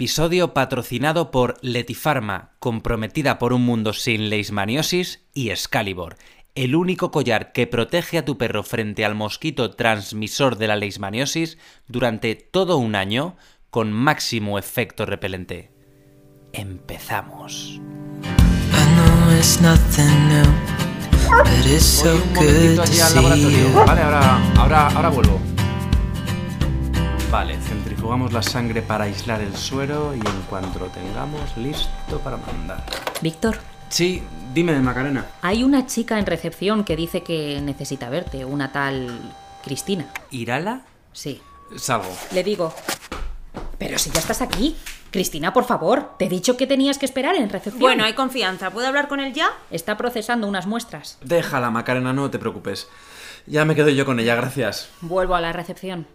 Episodio patrocinado por Letifarma, comprometida por un mundo sin leishmaniosis, y Excalibur, el único collar que protege a tu perro frente al mosquito transmisor de la leishmaniosis durante todo un año con máximo efecto repelente. Empezamos. I know it's nothing new, but it's so Voy un good momentito to allí al see laboratorio, you. ¿vale? Ahora, ahora, ahora vuelvo. Vale, centrifugamos la sangre para aislar el suero y en cuanto lo tengamos, listo para mandar. Víctor, Sí, dime, Macarena. hay una chica en recepción que dice que necesita verte, una tal Cristina. ¿Irala? Sí. Salgo. Le digo, pero si ya estás aquí. Cristina, por favor, te he dicho que tenías que esperar en recepción. Bueno, hay confianza. ¿Puedo hablar con él ya? está procesando unas muestras. Déjala, Macarena, no te preocupes. Ya me quedo yo con ella, gracias. Vuelvo a la recepción.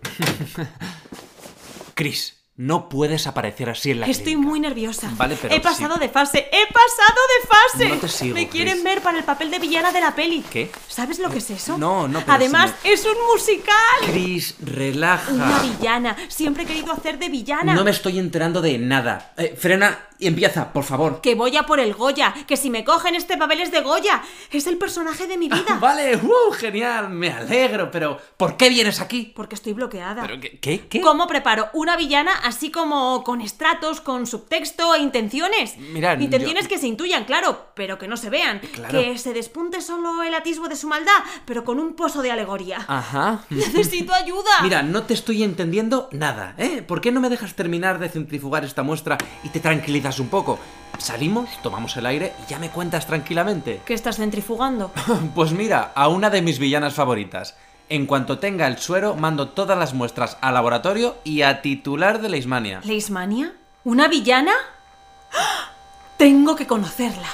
Chris, no puedes aparecer así en la Estoy clínica. muy nerviosa. Vale, pero He pasado sí. de fase. ¡He pasado de fase! No te sigo, Me quieren Chris. ver para el papel de villana de la peli. ¿Qué? ¿Sabes lo que es eso? No, no, pero Además, es un musical. Chris, relaja. Una villana. Siempre he querido hacer de villana. Ah. No me estoy enterando de nada. Eh, frena y empieza, por favor. Que voy a por el Goya. Que si me cogen este papel es de Goya. Es el personaje de mi vida. Vale, uh, genial, me alegro, pero ¿por qué vienes aquí? Porque estoy bloqueada. ¿Pero qué? ¿Qué? qué? ¿Cómo preparo una villana así como con estratos, con subtexto e intenciones? Mira, intenciones yo- que se intuyan, claro, pero que no se vean. Claro. Que se despunte solo el atisbo de su maldad, pero con un pozo de alegoría. Ajá. Ah. Necesito ayuda. Ah. Mira, no te estoy entendiendo nada, ¿eh? ¿Por qué no me dejas terminar de centrifugar esta muestra y te tranquilizas un poco? Salimos, tomamos el aire y ya me cuentas tranquilamente. ¿Qué estás centrifugando? Pues mira, a una de mis villanas favoritas. En cuanto tenga el suero, mando todas las muestras al laboratorio y a titular de Leismania. ¿Leismania? ¿Una villana? ¡Ah! Tengo que conocerla.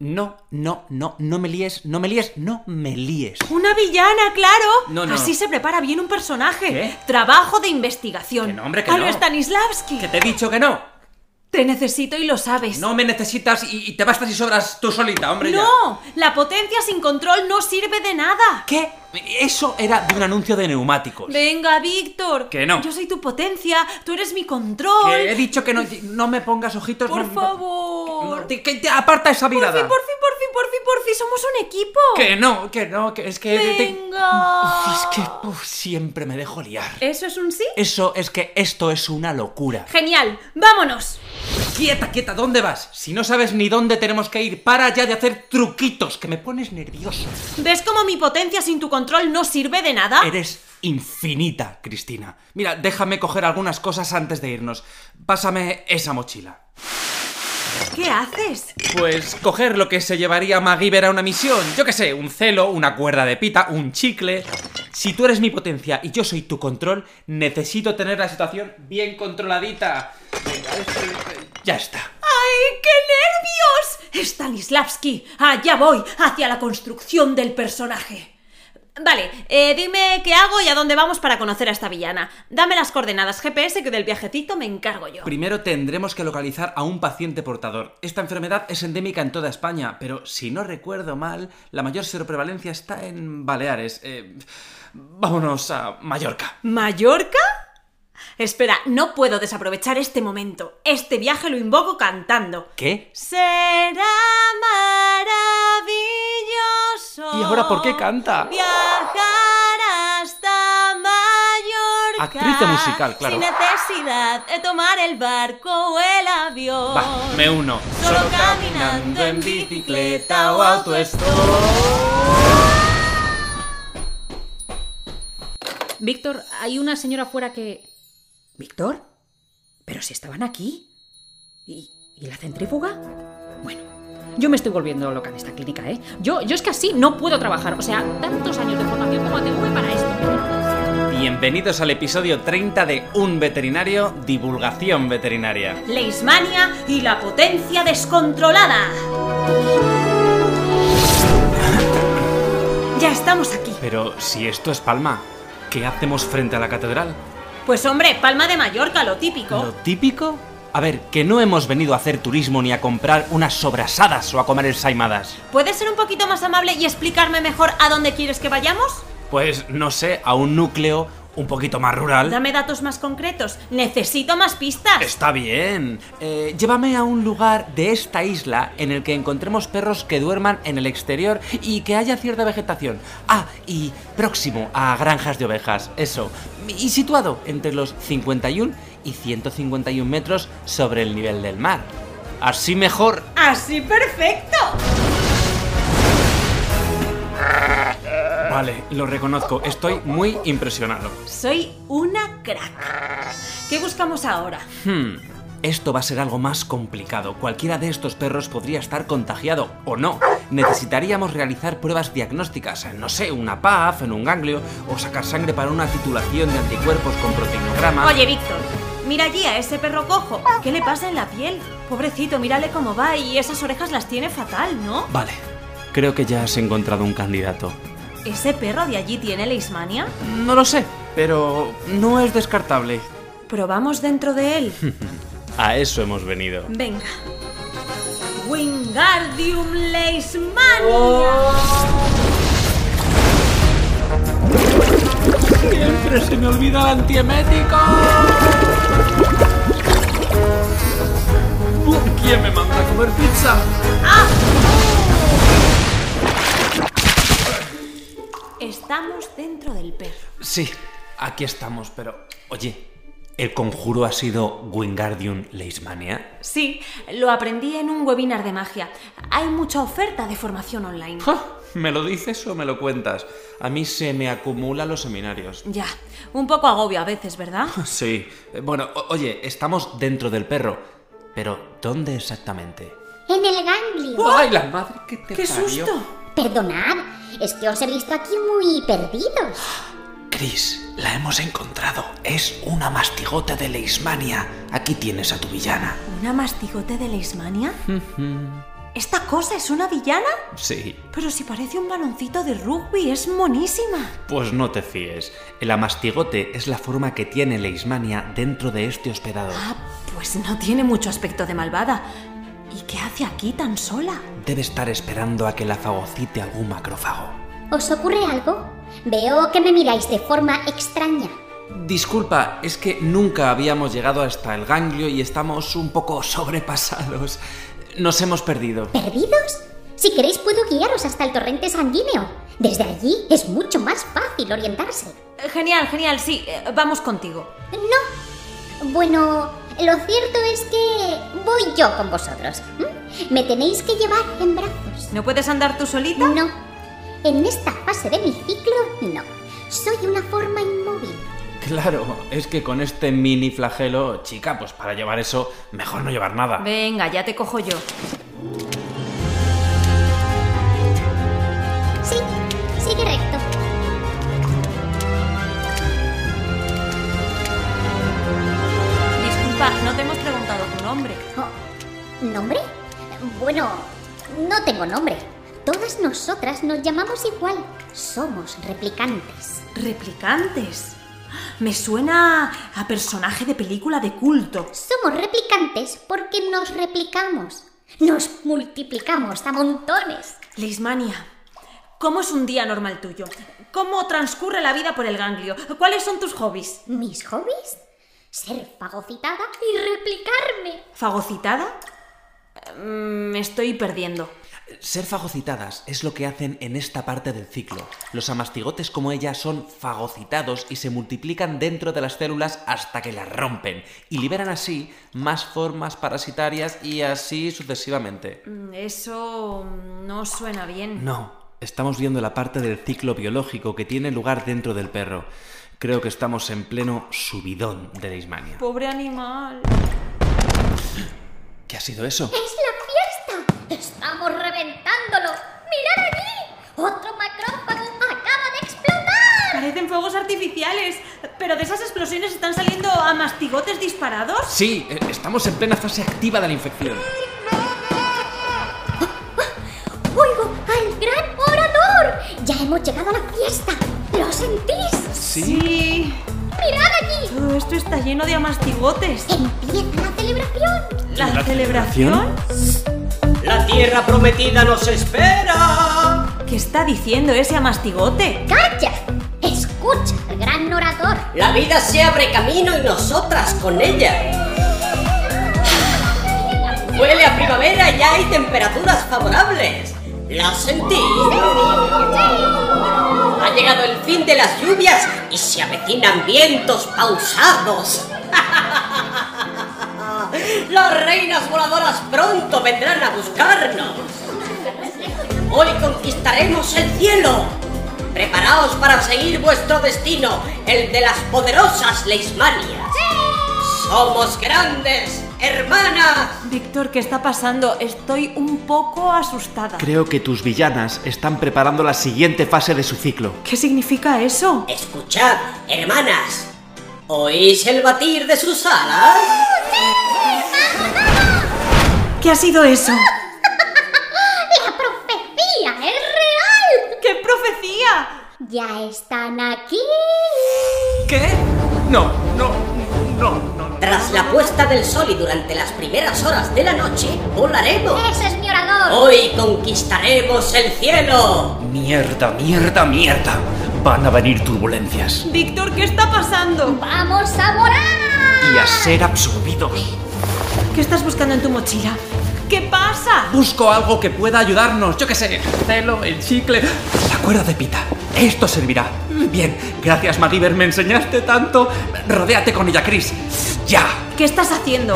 No, no, no, no me líes, no me líes, no me líes. ¡Una villana, claro! No, no. Así se prepara bien un personaje. ¿Qué? Trabajo de investigación. Que no, hombre, que A no. lo Stanislavski. ¡Que te he dicho que no! Te necesito y lo sabes. No me necesitas y, y te bastas y sobras tú solita, hombre. ya. ¡No! La potencia sin control no sirve de nada. ¿Qué? Eso era de un anuncio de neumáticos. Venga, Víctor. Que no. Yo soy tu potencia, tú eres mi control. Que he dicho que no, no me pongas ojitos. Por no- favor. no- que te aparta esa Por mirada. fin, por fin, por fin, por fin, por fin, somos un equipo. Que no, que no, que es que. Venga. Uf, es que uf, siempre me dejo liar. ¿Eso es un sí? Eso es que esto es una locura. Genial, vámonos. Quieta, quieta, ¿dónde vas? Si no sabes ni dónde tenemos que ir, para ya de hacer truquitos, que me pones nervioso. ¿Ves cómo mi potencia sin tu control no sirve de nada? Eres infinita, Cristina. Mira, déjame coger algunas cosas antes de irnos. Pásame esa mochila. ¿Qué haces? Pues coger lo que se llevaría MacGyver a una misión. Yo qué sé, un celo, una cuerda de pita, un chicle. Si tú eres mi potencia y yo soy tu control, necesito tener la situación bien controladita. Venga, este- este- Ya está. ¡Ay, qué nervios! Stanislavski, allá voy, hacia la construcción del personaje. Vale, eh, dime qué hago y a dónde vamos para conocer a esta villana. Dame las coordenadas GPS que del viajecito me encargo yo. Primero tendremos que localizar a un paciente portador. Esta enfermedad es endémica en toda España, pero si no recuerdo mal, la mayor seroprevalencia está en Baleares. Eh, vámonos a Mallorca. ¿Mallorca? Espera, no puedo desaprovechar este momento. Este viaje lo invoco cantando. ¿Qué? Será maravilloso. ¿Y ahora por qué canta? Viajar hasta Mallorca. Actriz de musical, claro. Sin necesidad de tomar el barco o el avión. Va, me uno. Solo caminando en bicicleta o autoestop. Víctor, hay una señora fuera que... ¿Víctor? Pero si estaban aquí. ¿Y, y la centrífuga? Bueno, yo me estoy volviendo loca de esta clínica, ¿eh? Yo, yo es que así no puedo trabajar. O sea, tantos años de formación como ATV para esto. Bienvenidos al episodio 30 de Un veterinario, divulgación veterinaria. Leismania y la potencia descontrolada. Ya estamos aquí. Pero si esto es Palma, ¿qué hacemos frente a la catedral? Pues hombre, Palma de Mallorca, lo típico. ¿Lo típico? A ver, que no hemos venido a hacer turismo ni a comprar unas sobrasadas o a comer ensaimadas. ¿Puedes ser un poquito más amable y explicarme mejor a dónde quieres que vayamos? Pues no sé, a un núcleo, un poquito más rural. Dame datos más concretos. Necesito más pistas. Está bien. Eh, llévame a un lugar de esta isla en el que encontremos perros que duerman en el exterior y que haya cierta vegetación. Ah, y próximo a granjas de ovejas, eso. Y situado entre los 51 y 151 metros sobre el nivel del mar. Así mejor. Así perfecto. Vale, lo reconozco, estoy muy impresionado. Soy una crack. ¿Qué buscamos ahora? Hmm, Esto va a ser algo más complicado. Cualquiera de estos perros podría estar contagiado o no. Necesitaríamos realizar pruebas diagnósticas, eh, no sé, una PAF en un ganglio o sacar sangre para una titulación de anticuerpos con proteinograma. Oye, Víctor, mira allí a ese perro cojo. ¿Qué le pasa en la piel? Pobrecito, mírale cómo va y esas orejas las tiene fatal, ¿no? Vale, creo que ya has encontrado un candidato. ¿Ese perro de allí tiene leishmania? No lo sé, pero no es descartable. Probamos dentro de él. A eso hemos venido. Venga. Wingardium Oh. Leishmania. Siempre se me olvida el antiemético. Uh, ¿Quién me manda a comer pizza? Estamos dentro del perro. Sí, aquí estamos, pero. Oye, ¿el conjuro ha sido Wingardium Leismania? Sí, lo aprendí en un webinar de magia. Hay mucha oferta de formación online. Ah, ¿Me lo dices o me lo cuentas? A mí se me acumulan los seminarios. Ya, un poco agobio a veces, ¿verdad? Sí. Eh, Bueno, o- oye, estamos dentro del perro. Pero, ¿dónde exactamente? En el ganglio. ¡Ay, la madre que te ¡Qué parió! susto! Perdonad, es que os he visto aquí muy perdidos. Chris, la hemos encontrado. Es una mastigota de Leismania. Aquí tienes a tu villana. ¿Una mastigote de Leishmania? ¿Esta cosa es una villana? Sí, Pero si parece un baloncito de rugby, es monísima. Pues no te fíes. El amastigote es la forma que tiene Leismania dentro de este hospedador. Ah, pues no tiene mucho aspecto de malvada. ¿Y qué hace aquí tan sola? Debe estar esperando a que la fagocite algún macrófago. ¿Os ocurre algo? Veo que me miráis de forma extraña. Disculpa, es que nunca habíamos llegado hasta el ganglio y estamos un poco sobrepasados. Nos hemos perdido. ¿Perdidos? Si queréis puedo guiaros hasta el torrente sanguíneo. Desde allí es mucho más fácil orientarse. Eh, Genial, genial, sí, eh, vamos contigo. No. Bueno, lo cierto es que voy yo con vosotros. ¿m? Me tenéis que llevar en brazos. ¿No puedes andar tú solita? No. En esta fase de mi ciclo, no. Soy una forma inmóvil. Claro, es que con este mini flagelo, chica, pues para llevar eso, mejor no llevar Mm. nada. Venga, ya te cojo yo. Sí, sigue recto. Disculpa, no te hemos preguntado tu nombre. Oh, ¿Nombre? Bueno, no tengo nombre. Todas nosotras nos llamamos igual. Somos replicantes. Replicantes. Me suena a personaje de película de culto. Somos replicantes porque nos replicamos. Nos multiplicamos a montones. Leismania, ¿cómo es un día normal tuyo? ¿Cómo transcurre la vida por el ganglio? ¿Cuáles son tus hobbies? ¿Mis hobbies? Ser fagocitada y replicarme. ¿Fagocitada? Eh, Me estoy perdiendo. Ser fagocitadas es lo que hacen en esta parte del ciclo. Los amastigotes como ella son fagocitados y se multiplican dentro de las células hasta que las rompen y liberan así más formas parasitarias y así sucesivamente. Mm, Eso no suena bien. No, estamos viendo la parte del ciclo biológico que tiene lugar dentro del perro. Creo que estamos en pleno subidón de leishmania. Pobre animal. ¿Qué ha sido eso? ¡Es la fiesta! ¡Estamos reventándolo! ¡Mirad allí! ¡Otro macrófago acaba de explotar! Parecen fuegos artificiales, pero de esas explosiones están saliendo a mastigotes disparados. Sí, eh, estamos en plena fase activa de la infección. ¡Oigo al gran orador! ¡Ya hemos llegado a la fiesta! ¿Lo sentís? Sí. ¡Mirad allí! Todo esto está lleno de amastigotes. ¡Empieza la celebración! ¿La, ¿La celebración? La tierra prometida nos espera. ¿Qué está diciendo ese amastigote? ¡Calla! ¡Escucha al gran orador. La vida se abre camino y nosotras con ella. Huele a primavera y hay temperaturas favorables. ¿La sentís? Ha llegado el fin de las lluvias y se avecinan vientos pausados. Las reinas voladoras pronto vendrán a buscarnos. Hoy conquistaremos el cielo. Preparaos para seguir vuestro destino, el de las poderosas Leismanias. Somos grandes, hermanas. Víctor, ¿qué está pasando? Estoy un poco asustada. Creo que tus villanas están preparando la siguiente fase de su ciclo. ¿Qué significa eso? Escuchad, hermanas. ¿Oís el batir de sus alas? ¿Qué ha sido eso? ¡La profecía es real! ¡Qué profecía! ¡Ya están aquí! ¿Qué? No, no, no, no. Tras la puesta del sol y durante las primeras horas de la noche, volaremos. ¡Eso es mi orador! Hoy conquistaremos el cielo. Mierda, mierda, mierda. Van a venir turbulencias. Víctor, ¿qué está pasando? ¡Vamos a volar! Y a ser absorbidos. ¿Qué estás buscando en tu mochila? ¿Qué pasa? Busco algo que pueda ayudarnos. Yo qué sé. Celo, el chicle. La cuerda de pita. Esto servirá. Bien. Gracias, Mariver. Me enseñaste tanto. Rodéate con ella, Chris. Ya. ¿Qué estás haciendo?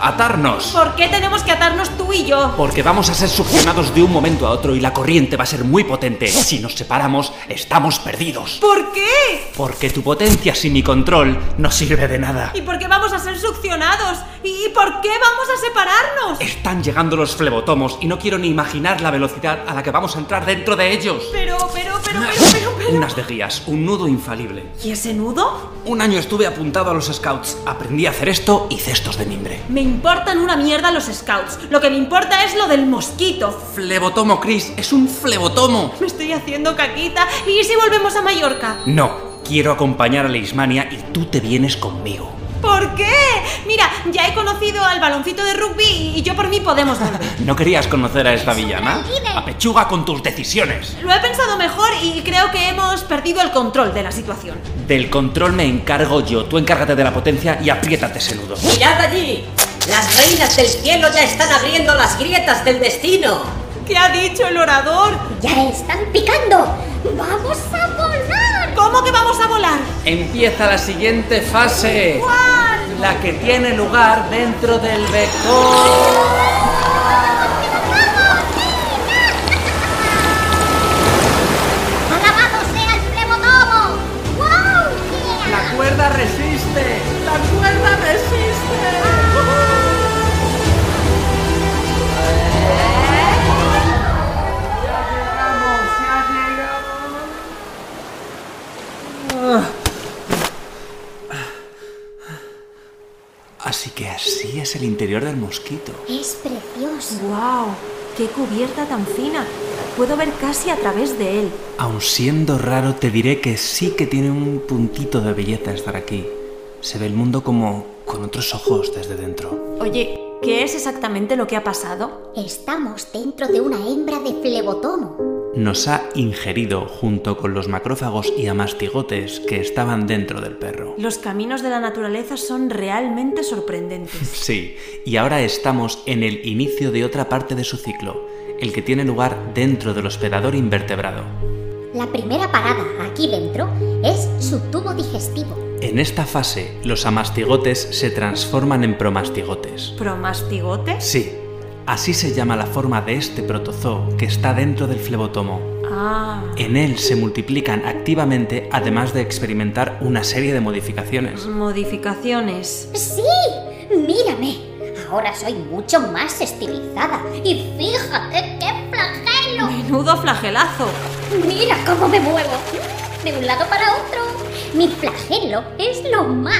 Atarnos. ¿Por qué tenemos que atarnos tú y yo? Porque vamos a ser succionados de un momento a otro y la corriente va a ser muy potente. Si nos separamos, estamos perdidos. ¿Por qué? Porque tu potencia sin mi control no sirve de nada. ¿Y por qué vamos a ser succionados? ¿Y por qué vamos a separarnos? Están llegando los flebotomos y no quiero ni imaginar la velocidad a la que vamos a entrar dentro de ellos. Pero, pero, pero, pero, pero, pero. Unas de guías, un nudo infalible. ¿Y ese nudo? Un año estuve apuntado a los scouts, aprendí a hacer esto y cestos de mimbre. Me importan una mierda los scouts. Lo que me importa es lo del mosquito. Flebotomo, Chris, es un flebotomo. Me estoy haciendo caquita. ¿Y si volvemos a Mallorca? No, quiero acompañar a la Ismania y tú te vienes conmigo. ¿Por qué? Mira, ya he conocido al baloncito de rugby y yo por mí podemos volver. ¿No querías conocer a esta villana? Apechuga con tus decisiones. Lo he pensado mejor y creo que hemos perdido el control de la situación. Del control me encargo yo. Tú encárgate de la potencia y apriétate ese nudo. Mirad allí. Las reinas del cielo ya están abriendo las grietas del destino. ¿Qué ha dicho el orador? ¡Ya están picando! ¡Vamos a volar! ¿Cómo que vamos a volar? Empieza la siguiente fase, ¡Juan! la que tiene lugar dentro del vector. ¡Alabado sea el flebotomo! ¡Wow! La cuerda resiste, la cuerda resiste. Así que así es el interior del mosquito. ¡Es precioso! ¡Guau! ¡Qué cubierta tan fina! Puedo ver casi a través de él. Aun siendo raro, te diré que sí que tiene un puntito de belleza estar aquí. Se ve el mundo como con otros ojos desde dentro. Oye, ¿qué es exactamente lo que ha pasado? Estamos dentro de una hembra de flebotomo. Nos ha ingerido junto con los macrófagos y amastigotes que estaban dentro del perro. Los caminos de la naturaleza son realmente sorprendentes. Sí, y ahora estamos en el inicio de otra parte de su ciclo, el que tiene lugar dentro del hospedador invertebrado. La primera parada aquí dentro es su tubo digestivo. En esta fase, los amastigotes se transforman en promastigotes. ¿Promastigotes? Sí, así se llama la forma de este protozoo que está dentro del flebotomo. Ah. En él se multiplican activamente además de experimentar una serie de modificaciones. Modificaciones. ¡Sí! ¡Mírame! Ahora soy mucho más estilizada. Y fíjate qué flagelo. Menudo flagelazo. Mira cómo me muevo. De un lado para otro. Mi flagelo es lo más.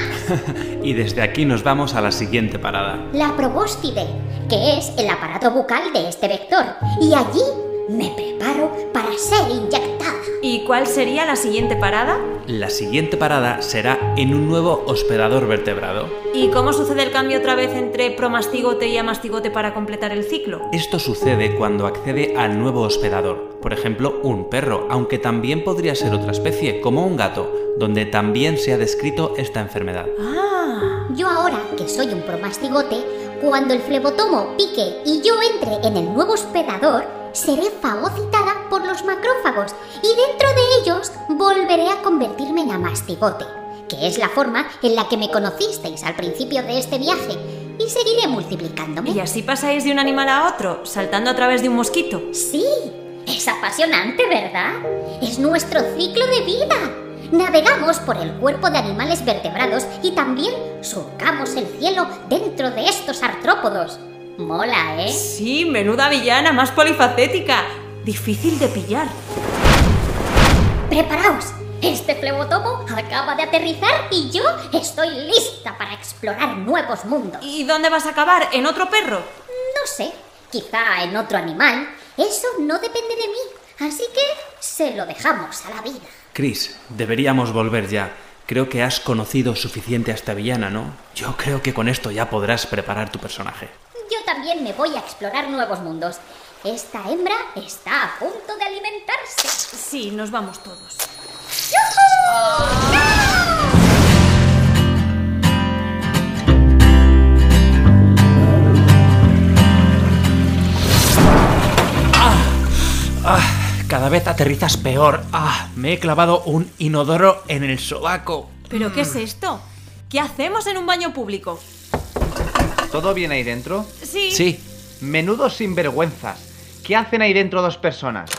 Y desde aquí nos vamos a la siguiente parada. La probóstide, que es el aparato bucal de este vector. Y allí me preparo para ser inyectada. ¿Y cuál sería la siguiente parada? La siguiente parada será en un nuevo hospedador vertebrado. ¿Y cómo sucede el cambio otra vez entre promastigote y amastigote para completar el ciclo? Esto sucede cuando accede al nuevo hospedador, por ejemplo un perro, aunque también podría ser otra especie, como un gato, donde también se ha descrito esta enfermedad. Ah, Yo ahora, que soy un promastigote, cuando el flebotomo pique y yo entre en el nuevo hospedador, seré fagocitada por los macrófagos y dentro de ellos volveré a convertirme en amastigote, que es la forma en la que me conocisteis al principio de este viaje, y seguiré multiplicándome. y así pasáis de un animal a otro, saltando a través de un mosquito. Sí, es apasionante, ¿verdad? Es nuestro ciclo de vida. Navegamos por el cuerpo de animales vertebrados y también surcamos el cielo dentro de estos artrópodos. Mola, ¿eh? Sí, menuda villana, más polifacética. Difícil de pillar. Preparaos. Este flebotomo acaba de aterrizar y yo estoy lista para explorar nuevos mundos. ¿Y dónde vas a acabar? ¿En otro perro? No sé, quizá en otro animal. Eso no depende de mí. Así que se lo dejamos a la vida. Chris, deberíamos volver ya. Creo que has conocido suficiente a esta villana, ¿no? Yo creo que con esto ya podrás preparar tu personaje. Yo también me voy a explorar nuevos mundos. Esta hembra está a punto de alimentarse. Sí, nos vamos todos. Cada vez aterrizas peor. Ah, me he clavado un inodoro en el sobaco. ¿Pero Mm. qué es esto? ¿Qué hacemos en un baño público? ¿Todo bien ahí dentro? Sí. Sí, Menudos sinvergüenzas. ¿Qué hacen ahí dentro dos personas?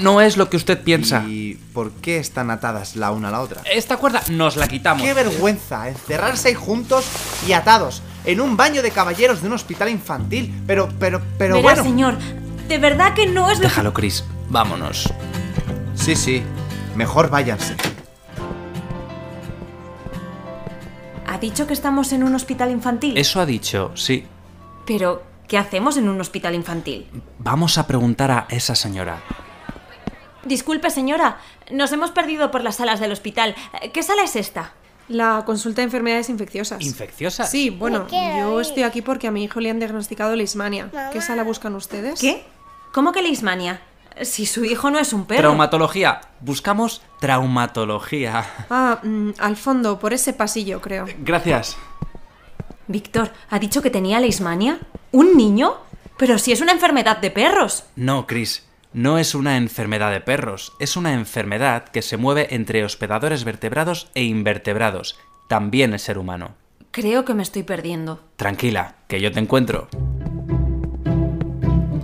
no es lo que usted piensa. ¿Y por qué están atadas la una a la otra? Esta cuerda nos la quitamos. ¡Qué vergüenza! Encerrarse ahí juntos y atados en un baño de caballeros de un hospital infantil. Pero, pero, pero Verá, bueno. señor, de verdad que no es lo Déjalo, Chris. Vámonos. Sí, sí. Mejor váyanse. Ha dicho que estamos en un hospital infantil. Eso ha dicho, sí. Pero, ¿qué hacemos en un hospital infantil? Vamos a preguntar a esa señora. Disculpe, señora, nos hemos perdido por las salas del hospital. ¿Qué sala es esta? La consulta de enfermedades infecciosas. ¿Infecciosa? Sí, bueno, quedo yo ahí. estoy aquí porque a mi hijo le han diagnosticado leishmania. ¿Qué sala buscan ustedes? ¿Qué? ¿Cómo que leishmania? Si su hijo no es un perro. Traumatología. Buscamos traumatología. Ah, mm, al fondo, por ese pasillo, creo. Gracias. Víctor, ¿ha dicho que tenía leishmania? ¿Un niño? Pero si es una enfermedad de perros. No, Chris. No es una enfermedad de perros, es una enfermedad que se mueve entre hospedadores vertebrados e invertebrados, también el ser humano. Creo que me estoy perdiendo. Tranquila, que yo te encuentro.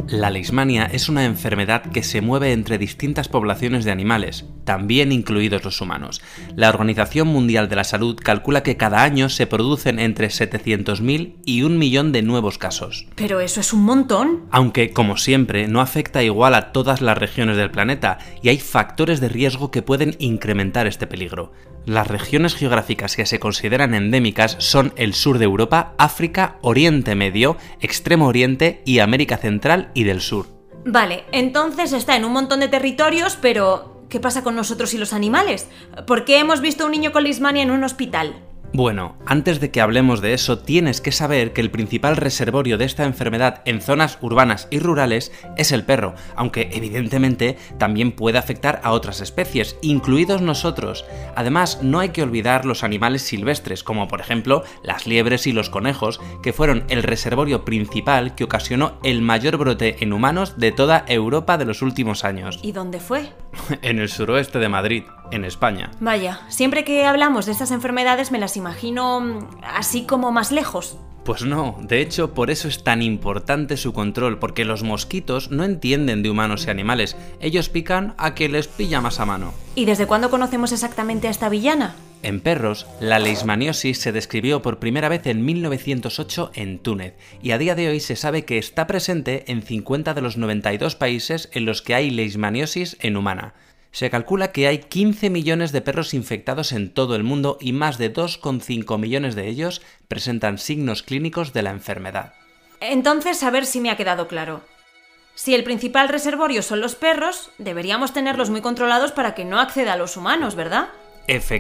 La leishmania es una enfermedad que se mueve entre distintas poblaciones de animales, también incluidos los humanos. La Organización Mundial de la Salud calcula que cada año se producen entre 700.000 y un millón de nuevos casos. Pero eso es un montón. Aunque, como siempre, no afecta igual a todas las regiones del planeta y hay factores de riesgo que pueden incrementar este peligro. Las regiones geográficas que se consideran endémicas son el sur de Europa, África, Oriente Medio, Extremo Oriente y América Central y del Sur. Vale, entonces está en un montón de territorios, pero ¿qué pasa con nosotros y los animales? ¿Por qué hemos visto a un niño con leishmania en un hospital? Bueno, antes de que hablemos de eso, tienes que saber que el principal reservorio de esta enfermedad en zonas urbanas y rurales es el perro, aunque evidentemente también puede afectar a otras especies, incluidos nosotros. Además, no hay que olvidar los animales silvestres, como por ejemplo las liebres y los conejos, que fueron el reservorio principal que ocasionó el mayor brote en humanos de toda Europa de los últimos años, ¿Y dónde fue? en el suroeste de Madrid, en España. Vaya, siempre que hablamos de estas enfermedades me las imagino mm, así como más lejos. Pues no, de hecho por eso es tan importante su control, porque los mosquitos no entienden de humanos y animales, ellos pican a quien les pilla más a mano. ¿Y desde cuándo conocemos exactamente a esta villana? En perros, la leishmaniosis se describió por primera vez en 1908 en Túnez, y a día de hoy se sabe que está presente en 50 de los 92 países en los que hay leishmaniosis en humana. Se calcula que hay 15 millones de perros infectados en todo el mundo y más de 2,5 millones de ellos presentan signos clínicos de la enfermedad. Entonces, a ver si me ha quedado claro. Si el principal reservorio son los perros, deberíamos tenerlos muy controlados para que no acceda a los humanos, ¿verdad?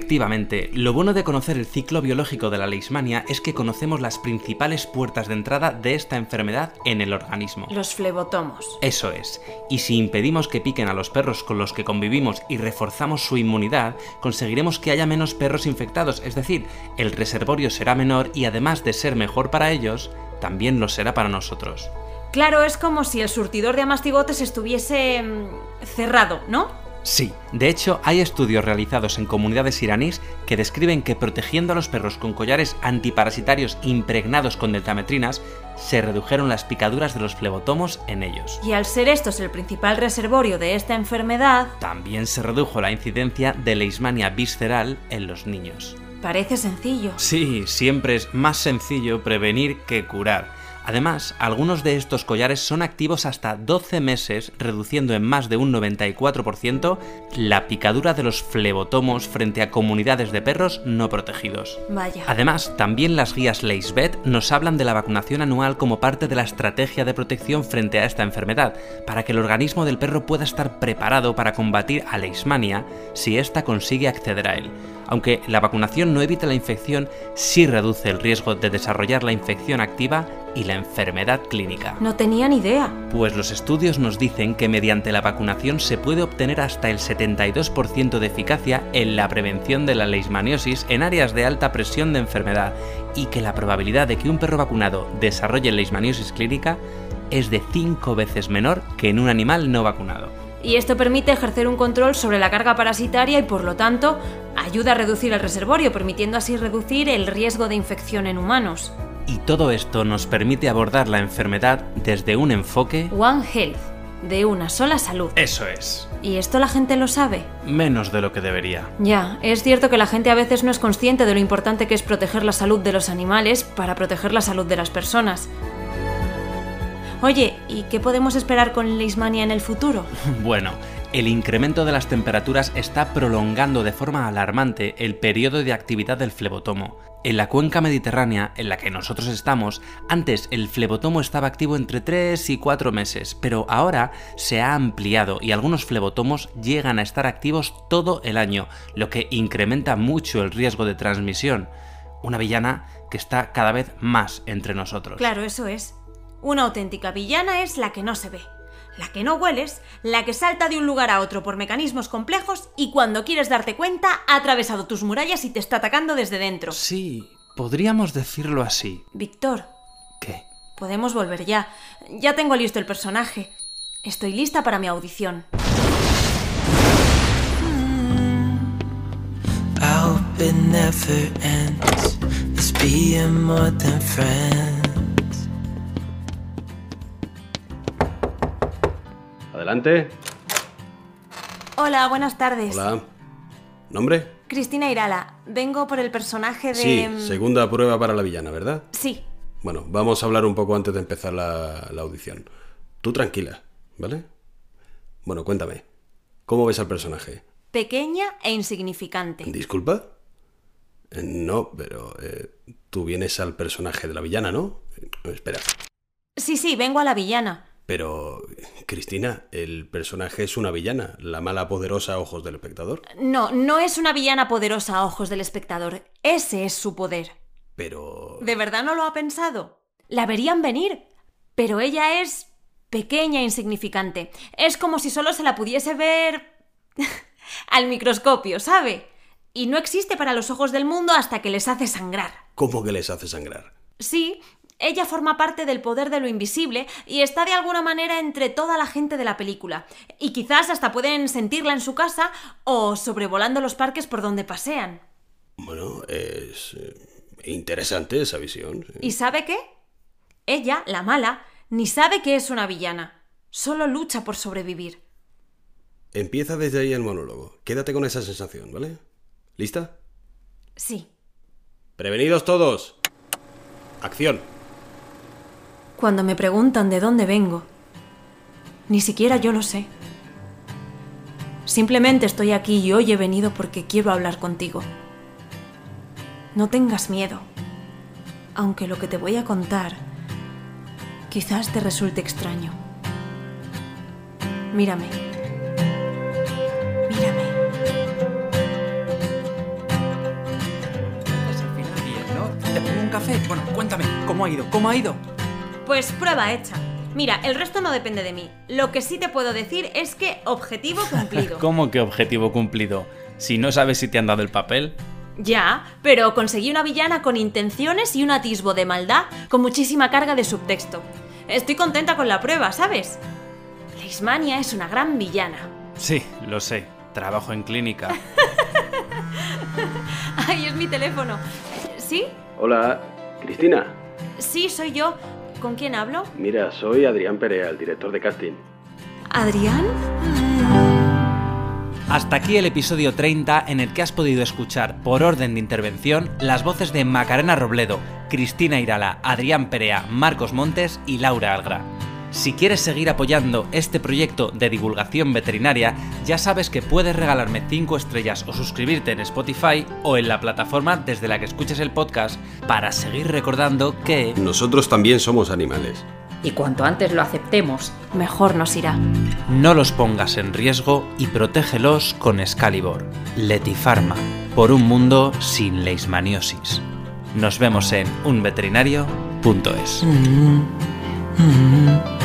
Efectivamente, lo bueno de conocer el ciclo biológico de la leishmania es que conocemos las principales puertas de entrada de esta enfermedad en el organismo. Los flebotomos. Eso es, y si impedimos que piquen a los perros con los que convivimos y reforzamos su inmunidad, conseguiremos que haya menos perros infectados, es decir, el reservorio será menor y además de ser mejor para ellos, también lo será para nosotros. Claro, es como si el surtidor de amastigotes estuviese mm, cerrado, ¿no? Sí, de hecho hay estudios realizados en comunidades iraníes que describen que protegiendo a los perros con collares antiparasitarios impregnados con deltametrinas, se redujeron las picaduras de los flebotomos en ellos. Y al ser estos el principal reservorio de esta enfermedad, También se redujo la incidencia de leishmania visceral en los niños. parece sencillo. Sí, siempre es más sencillo prevenir que curar. Además, algunos de estos collares son activos hasta 12 meses, reduciendo en más de un 94% la picadura de los flebotomos frente a comunidades de perros no protegidos. Vaya. Además, también las guías Leisbet nos hablan de la vacunación anual como parte de la estrategia de protección frente a esta enfermedad, para que el organismo del perro pueda estar preparado para combatir a leishmania si ésta consigue acceder a él. Aunque la vacunación no evita la infección, sí reduce el riesgo de desarrollar la infección activa y la enfermedad clínica. No tenía ni idea. Pues los estudios nos dicen que mediante la vacunación se puede obtener hasta el 72% de eficacia en la prevención de la leishmaniosis en áreas de alta presión de enfermedad y que la probabilidad de que un perro vacunado desarrolle leishmaniosis clínica es de 5 veces menor que en un animal no vacunado. Y esto permite ejercer un control sobre la carga parasitaria y por lo tanto ayuda a reducir el reservorio, permitiendo así reducir el riesgo de infección en humanos. Y todo esto nos permite abordar la enfermedad desde un enfoque... One Health, de una sola salud. Eso es, Y esto la gente lo sabe. menos de lo que debería. Ya, es cierto que la gente a veces no es consciente de lo importante que es proteger la salud de los animales para proteger la salud de las personas. Oye, ¿y qué podemos esperar con Leishmania en el futuro? Bueno, el incremento de las temperaturas está prolongando de forma alarmante el periodo de actividad del flebotomo. En la cuenca mediterránea, en la que nosotros estamos, antes el flebotomo estaba activo entre 3 y 4 meses, pero ahora se ha ampliado y algunos flebotomos llegan a estar activos todo el año, lo que incrementa mucho el riesgo de transmisión. Una villana que está cada vez más entre nosotros. Claro, eso es. Una auténtica villana es la que no se ve, la que no hueles, la que salta de un lugar a otro por mecanismos complejos y cuando quieres darte cuenta ha atravesado tus murallas y te está atacando desde dentro. Sí, podríamos decirlo así. Víctor, ¿Qué? podemos volver ya. Ya tengo listo el personaje. Estoy lista para mi audición. I hope it never ends. Us being more than friends. Adelante. Hola, buenas tardes. Hola. ¿Nombre? Cristina Irala, vengo por el personaje de... Sí, mm, segunda prueba para la villana, ¿verdad? sí. Bueno, vamos a hablar un poco antes de empezar la, la audición. Tú tranquila, ¿vale? Bueno, cuéntame. ¿Cómo ves al personaje? pequeña e insignificante. ¿Disculpa? Eh, No, pero eh, tú vienes al personaje de la villana, ¿no? Eh, espera. Sí, sí, vengo a la villana. Pero, Cristina, el personaje es una villana, la mala poderosa a ojos del espectador. No, no es una villana poderosa a ojos del espectador. Ese es su poder. Pero... ¿De verdad no lo ha pensado? La verían venir, pero ella es pequeña e insignificante. Es como si solo se la pudiese ver al microscopio, ¿sabe? Y no existe para los ojos del mundo hasta que les hace sangrar. ¿Cómo que les hace sangrar? Sí, ella forma parte del poder de lo invisible y está de alguna manera entre toda la gente de la película. Y quizás hasta pueden sentirla en su casa o sobrevolando los parques por donde pasean. Bueno, es eh, interesante esa visión. sí. ¿Y sabe qué? Ella, la mala, ni sabe que es una villana. Solo lucha por sobrevivir. Empieza desde ahí el monólogo. Quédate con esa sensación, ¿vale? ¿Lista? Sí. Prevenidos todos. Acción. Cuando me preguntan de dónde vengo, ni siquiera yo lo sé. Simplemente estoy aquí y hoy he venido porque quiero hablar contigo. No tengas miedo, aunque lo que te voy a contar quizás te resulte extraño. Mírame. Mírame. café. Bueno, cuéntame, ¿cómo ha ido? ¿Cómo ha ido? Pues prueba hecha. Mira, el resto no depende de mí. Lo que sí te puedo decir es que objetivo cumplido. ¿Cómo que objetivo cumplido? Si no sabes si te han dado el papel. Ya, pero conseguí una villana con intenciones y un atisbo de maldad con muchísima carga de subtexto. Estoy contenta con la prueba, ¿sabes? Leismania es una gran villana. Sí, lo sé. Trabajo en clínica. Ay, es mi teléfono. ¿Sí? Hola, Cristina. Sí, soy yo. ¿Con quién hablo? Mira, soy Adrián Perea, el director de casting. ¿Adrián? Hasta aquí el episodio 30 en el que has podido escuchar, por orden de intervención, las voces de Macarena Robledo, Cristina Irala, Adrián Perea, Marcos Montes y Laura Algra. Si quieres seguir apoyando este proyecto de divulgación veterinaria, ya sabes que puedes regalarme 5 estrellas o suscribirte en Spotify o en la plataforma desde la que escuches el podcast para seguir recordando que... Nosotros también somos animales. Y cuanto antes lo aceptemos, mejor nos irá. No los pongas en riesgo y protégelos con Excalibur, Letifarma, por un mundo sin leishmaniosis. Nos vemos en unveterinario.es. Mm-hmm. Oh,